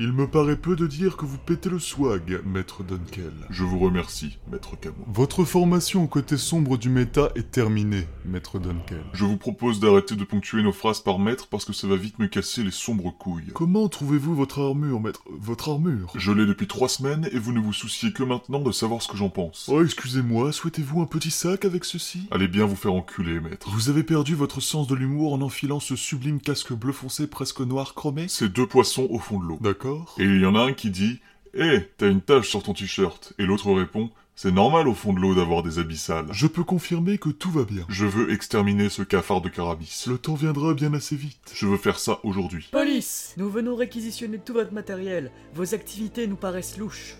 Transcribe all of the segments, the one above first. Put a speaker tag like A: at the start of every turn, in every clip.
A: Il me paraît peu de dire que vous pétez le swag, maître Dunkel.
B: Je vous remercie, maître Camon.
A: Votre formation au côté sombre du méta est terminée, maître Dunkel.
B: Je vous propose d'arrêter de ponctuer nos phrases par maître parce que ça va vite me casser les sombres couilles.
A: Comment trouvez-vous votre armure, maître Votre armure
B: Je l'ai depuis trois semaines et vous ne vous souciez que maintenant de savoir ce que j'en pense.
A: Oh, excusez-moi, souhaitez-vous un petit sac avec ceci
B: Allez bien vous faire enculer, maître.
A: Vous avez perdu votre sens de l'humour en enfilant ce sublime casque bleu foncé presque noir chromé
B: C'est deux poissons au fond de l'eau.
A: D'accord.
B: Et il y en a un qui dit Hé, t'as une tache sur ton t-shirt. Et l'autre répond C'est normal au fond de l'eau d'avoir des abyssales.
A: Je peux confirmer que tout va bien.
B: Je veux exterminer ce cafard de carabis.
A: Le temps viendra bien assez vite.
B: Je veux faire ça aujourd'hui.
C: Police Nous venons réquisitionner tout votre matériel. Vos activités nous paraissent louches.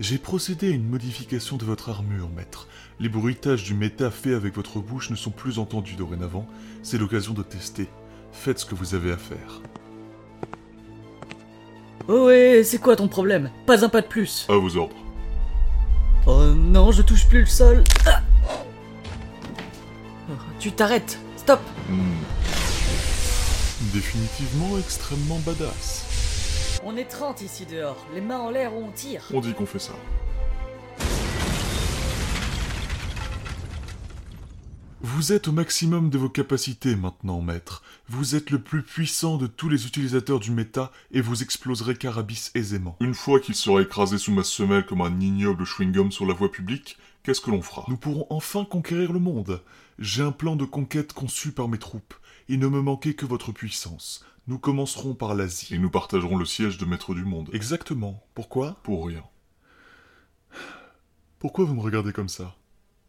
A: J'ai procédé à une modification de votre armure, maître. Les bruitages du méta fait avec votre bouche ne sont plus entendus dorénavant. C'est l'occasion de tester. Faites ce que vous avez à faire.
C: Oh ouais, c'est quoi ton problème Pas un pas de plus.
B: À vos ordres.
C: Oh non, je touche plus le sol. Ah Oh, tu t'arrêtes. Stop
B: Hmm.
A: Définitivement extrêmement badass.
C: On est 30 ici dehors. Les mains en l'air ou on tire.
B: On dit qu'on fait ça.
A: Vous êtes au maximum de vos capacités maintenant, maître. Vous êtes le plus puissant de tous les utilisateurs du méta et vous exploserez Carabis aisément.
B: Une fois qu'il sera écrasé sous ma semelle comme un ignoble chewing-gum sur la voie publique, qu'est-ce que l'on fera
A: Nous pourrons enfin conquérir le monde. J'ai un plan de conquête conçu par mes troupes. Il ne me manquait que votre puissance. Nous commencerons par l'Asie.
B: Et nous partagerons le siège de maître du monde.
A: Exactement. Pourquoi
B: Pour rien.
A: Pourquoi vous me regardez comme ça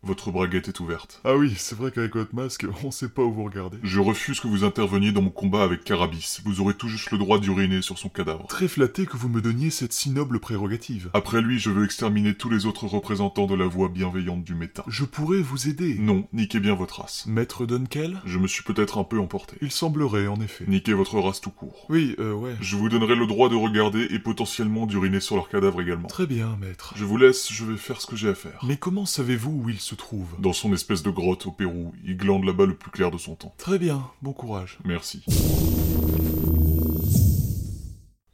B: Votre braguette est ouverte.
A: Ah oui, c'est vrai qu'avec votre masque, on sait pas où vous regardez.
B: Je refuse que vous interveniez dans mon combat avec Carabis. Vous aurez tout juste le droit d'uriner sur son cadavre.
A: Très flatté que vous me donniez cette si noble prérogative.
B: Après lui, je veux exterminer tous les autres représentants de la voix bienveillante du méta.
A: Je pourrais vous aider.
B: Non, niquez bien votre race.
A: Maître Dunkel
B: Je me suis peut-être un peu emporté.
A: Il semblerait, en effet.
B: Niquez votre race tout court.
A: Oui, euh, ouais.
B: Je vous donnerai le droit de regarder et potentiellement d'uriner sur leur cadavre également.
A: Très bien, maître.
B: Je vous laisse, je vais faire ce que j'ai à faire.
A: Mais comment savez-vous où il se trouve
B: Dans son espèce de grotte au Pérou, il glande là-bas le plus clair de son temps.
A: Très bien, bon courage.
B: Merci.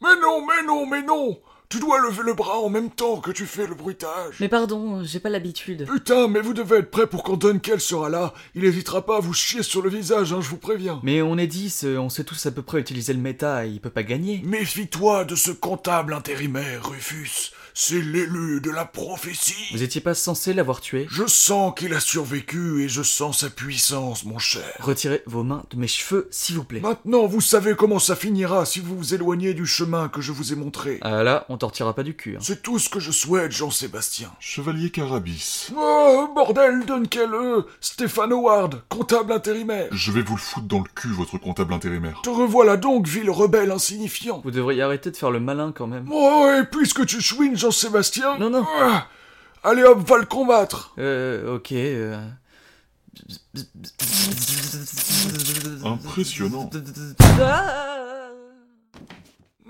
D: Mais non, mais non, mais non Tu dois lever le bras en même temps que tu fais le bruitage.
C: Mais pardon, j'ai pas l'habitude.
D: Putain, mais vous devez être prêt pour quand Dunkel sera là. Il hésitera pas à vous chier sur le visage, hein, je vous préviens.
E: Mais on est 10, euh, on sait tous à peu près utiliser le méta, et il peut pas gagner.
D: Méfie-toi de ce comptable intérimaire, Rufus. C'est l'élu de la prophétie.
E: Vous étiez pas censé l'avoir tué
D: Je sens qu'il a survécu et je sens sa puissance, mon cher.
E: Retirez vos mains de mes cheveux, s'il vous plaît.
D: Maintenant, vous savez comment ça finira si vous vous éloignez du chemin que je vous ai montré.
E: Ah là, on tortira pas du cul. hein.
D: C'est tout ce que je souhaite, Jean-Sébastien.
B: Chevalier Carabis.
D: Oh, bordel, Dunkel, euh, Stéphane Howard, comptable intérimaire.
B: Je vais vous le foutre dans le cul, votre comptable intérimaire.
D: Te revoilà donc, ville rebelle insignifiant.
E: Vous devriez arrêter de faire le malin quand même.
D: Oh, et puisque tu chouines, Jean-Sébastien.
E: Non, non.
D: ah, allez hop, va le combattre.
E: Euh, ok. euh.
B: Impressionnant.
C: Ah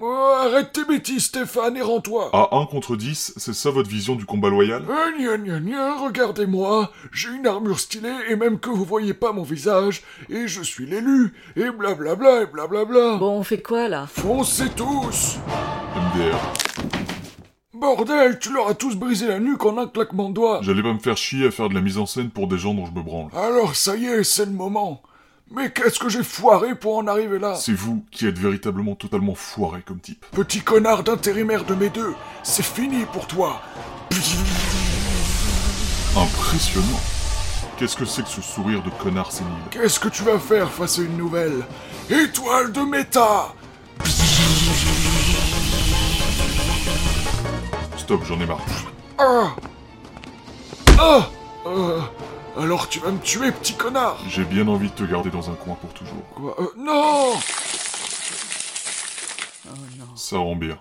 D: Oh, arrête tes bêtises, Stéphane, et rends-toi.
B: À 1 contre 10, c'est ça votre vision du combat loyal
D: Euh, gna, gna, gna, regardez-moi, j'ai une armure stylée et même que vous voyez pas mon visage, et je suis l'élu, et blablabla, et blablabla.
C: Bon, on fait quoi là
D: Foncez tous
B: MDR.
D: Bordel, tu leur as tous brisé la nuque en un claquement de doigts.
B: J'allais pas me faire chier à faire de la mise en scène pour des gens dont je me branle.
D: Alors ça y est, c'est le moment. Mais qu'est-ce que j'ai foiré pour en arriver là
B: C'est vous qui êtes véritablement totalement foiré comme type.
D: Petit connard d'intérimaire de mes deux, c'est fini pour toi.
B: Impressionnant. Qu'est-ce que c'est que ce sourire de connard sénile
D: Qu'est-ce que tu vas faire face à une nouvelle Étoile de méta
B: Stop, j'en ai marre.
D: Ah Ah Euh, Alors tu vas me tuer, petit connard
B: J'ai bien envie de te garder dans un coin pour toujours.
D: Quoi Euh, Non
B: Ça rend bien.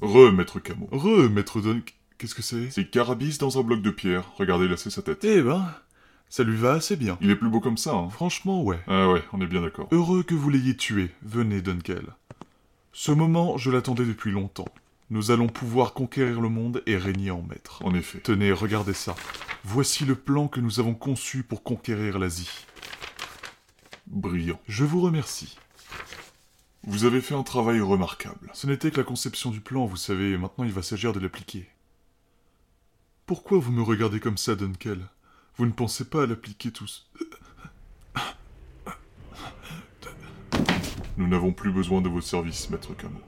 B: Re, maître Camo.
A: Re, maître Dunkel. Qu'est-ce que c'est
B: C'est Carabis dans un bloc de pierre. Regardez là, c'est sa tête.
A: Eh ben, ça lui va assez bien.
B: Il est plus beau comme ça, hein.
A: Franchement, ouais.
B: Ah ouais, on est bien d'accord.
A: Heureux que vous l'ayez tué. Venez, Dunkel. Ce moment, je l'attendais depuis longtemps. Nous allons pouvoir conquérir le monde et régner en maître.
B: En effet.
A: Tenez, regardez ça. Voici le plan que nous avons conçu pour conquérir l'Asie.
B: Brillant.
A: Je vous remercie.
B: Vous avez fait un travail remarquable.
A: Ce n'était que la conception du plan, vous savez, et maintenant il va s'agir de l'appliquer. Pourquoi vous me regardez comme ça, Dunkel Vous ne pensez pas à l'appliquer tous.
B: Nous n'avons plus besoin de vos services, maître Camo.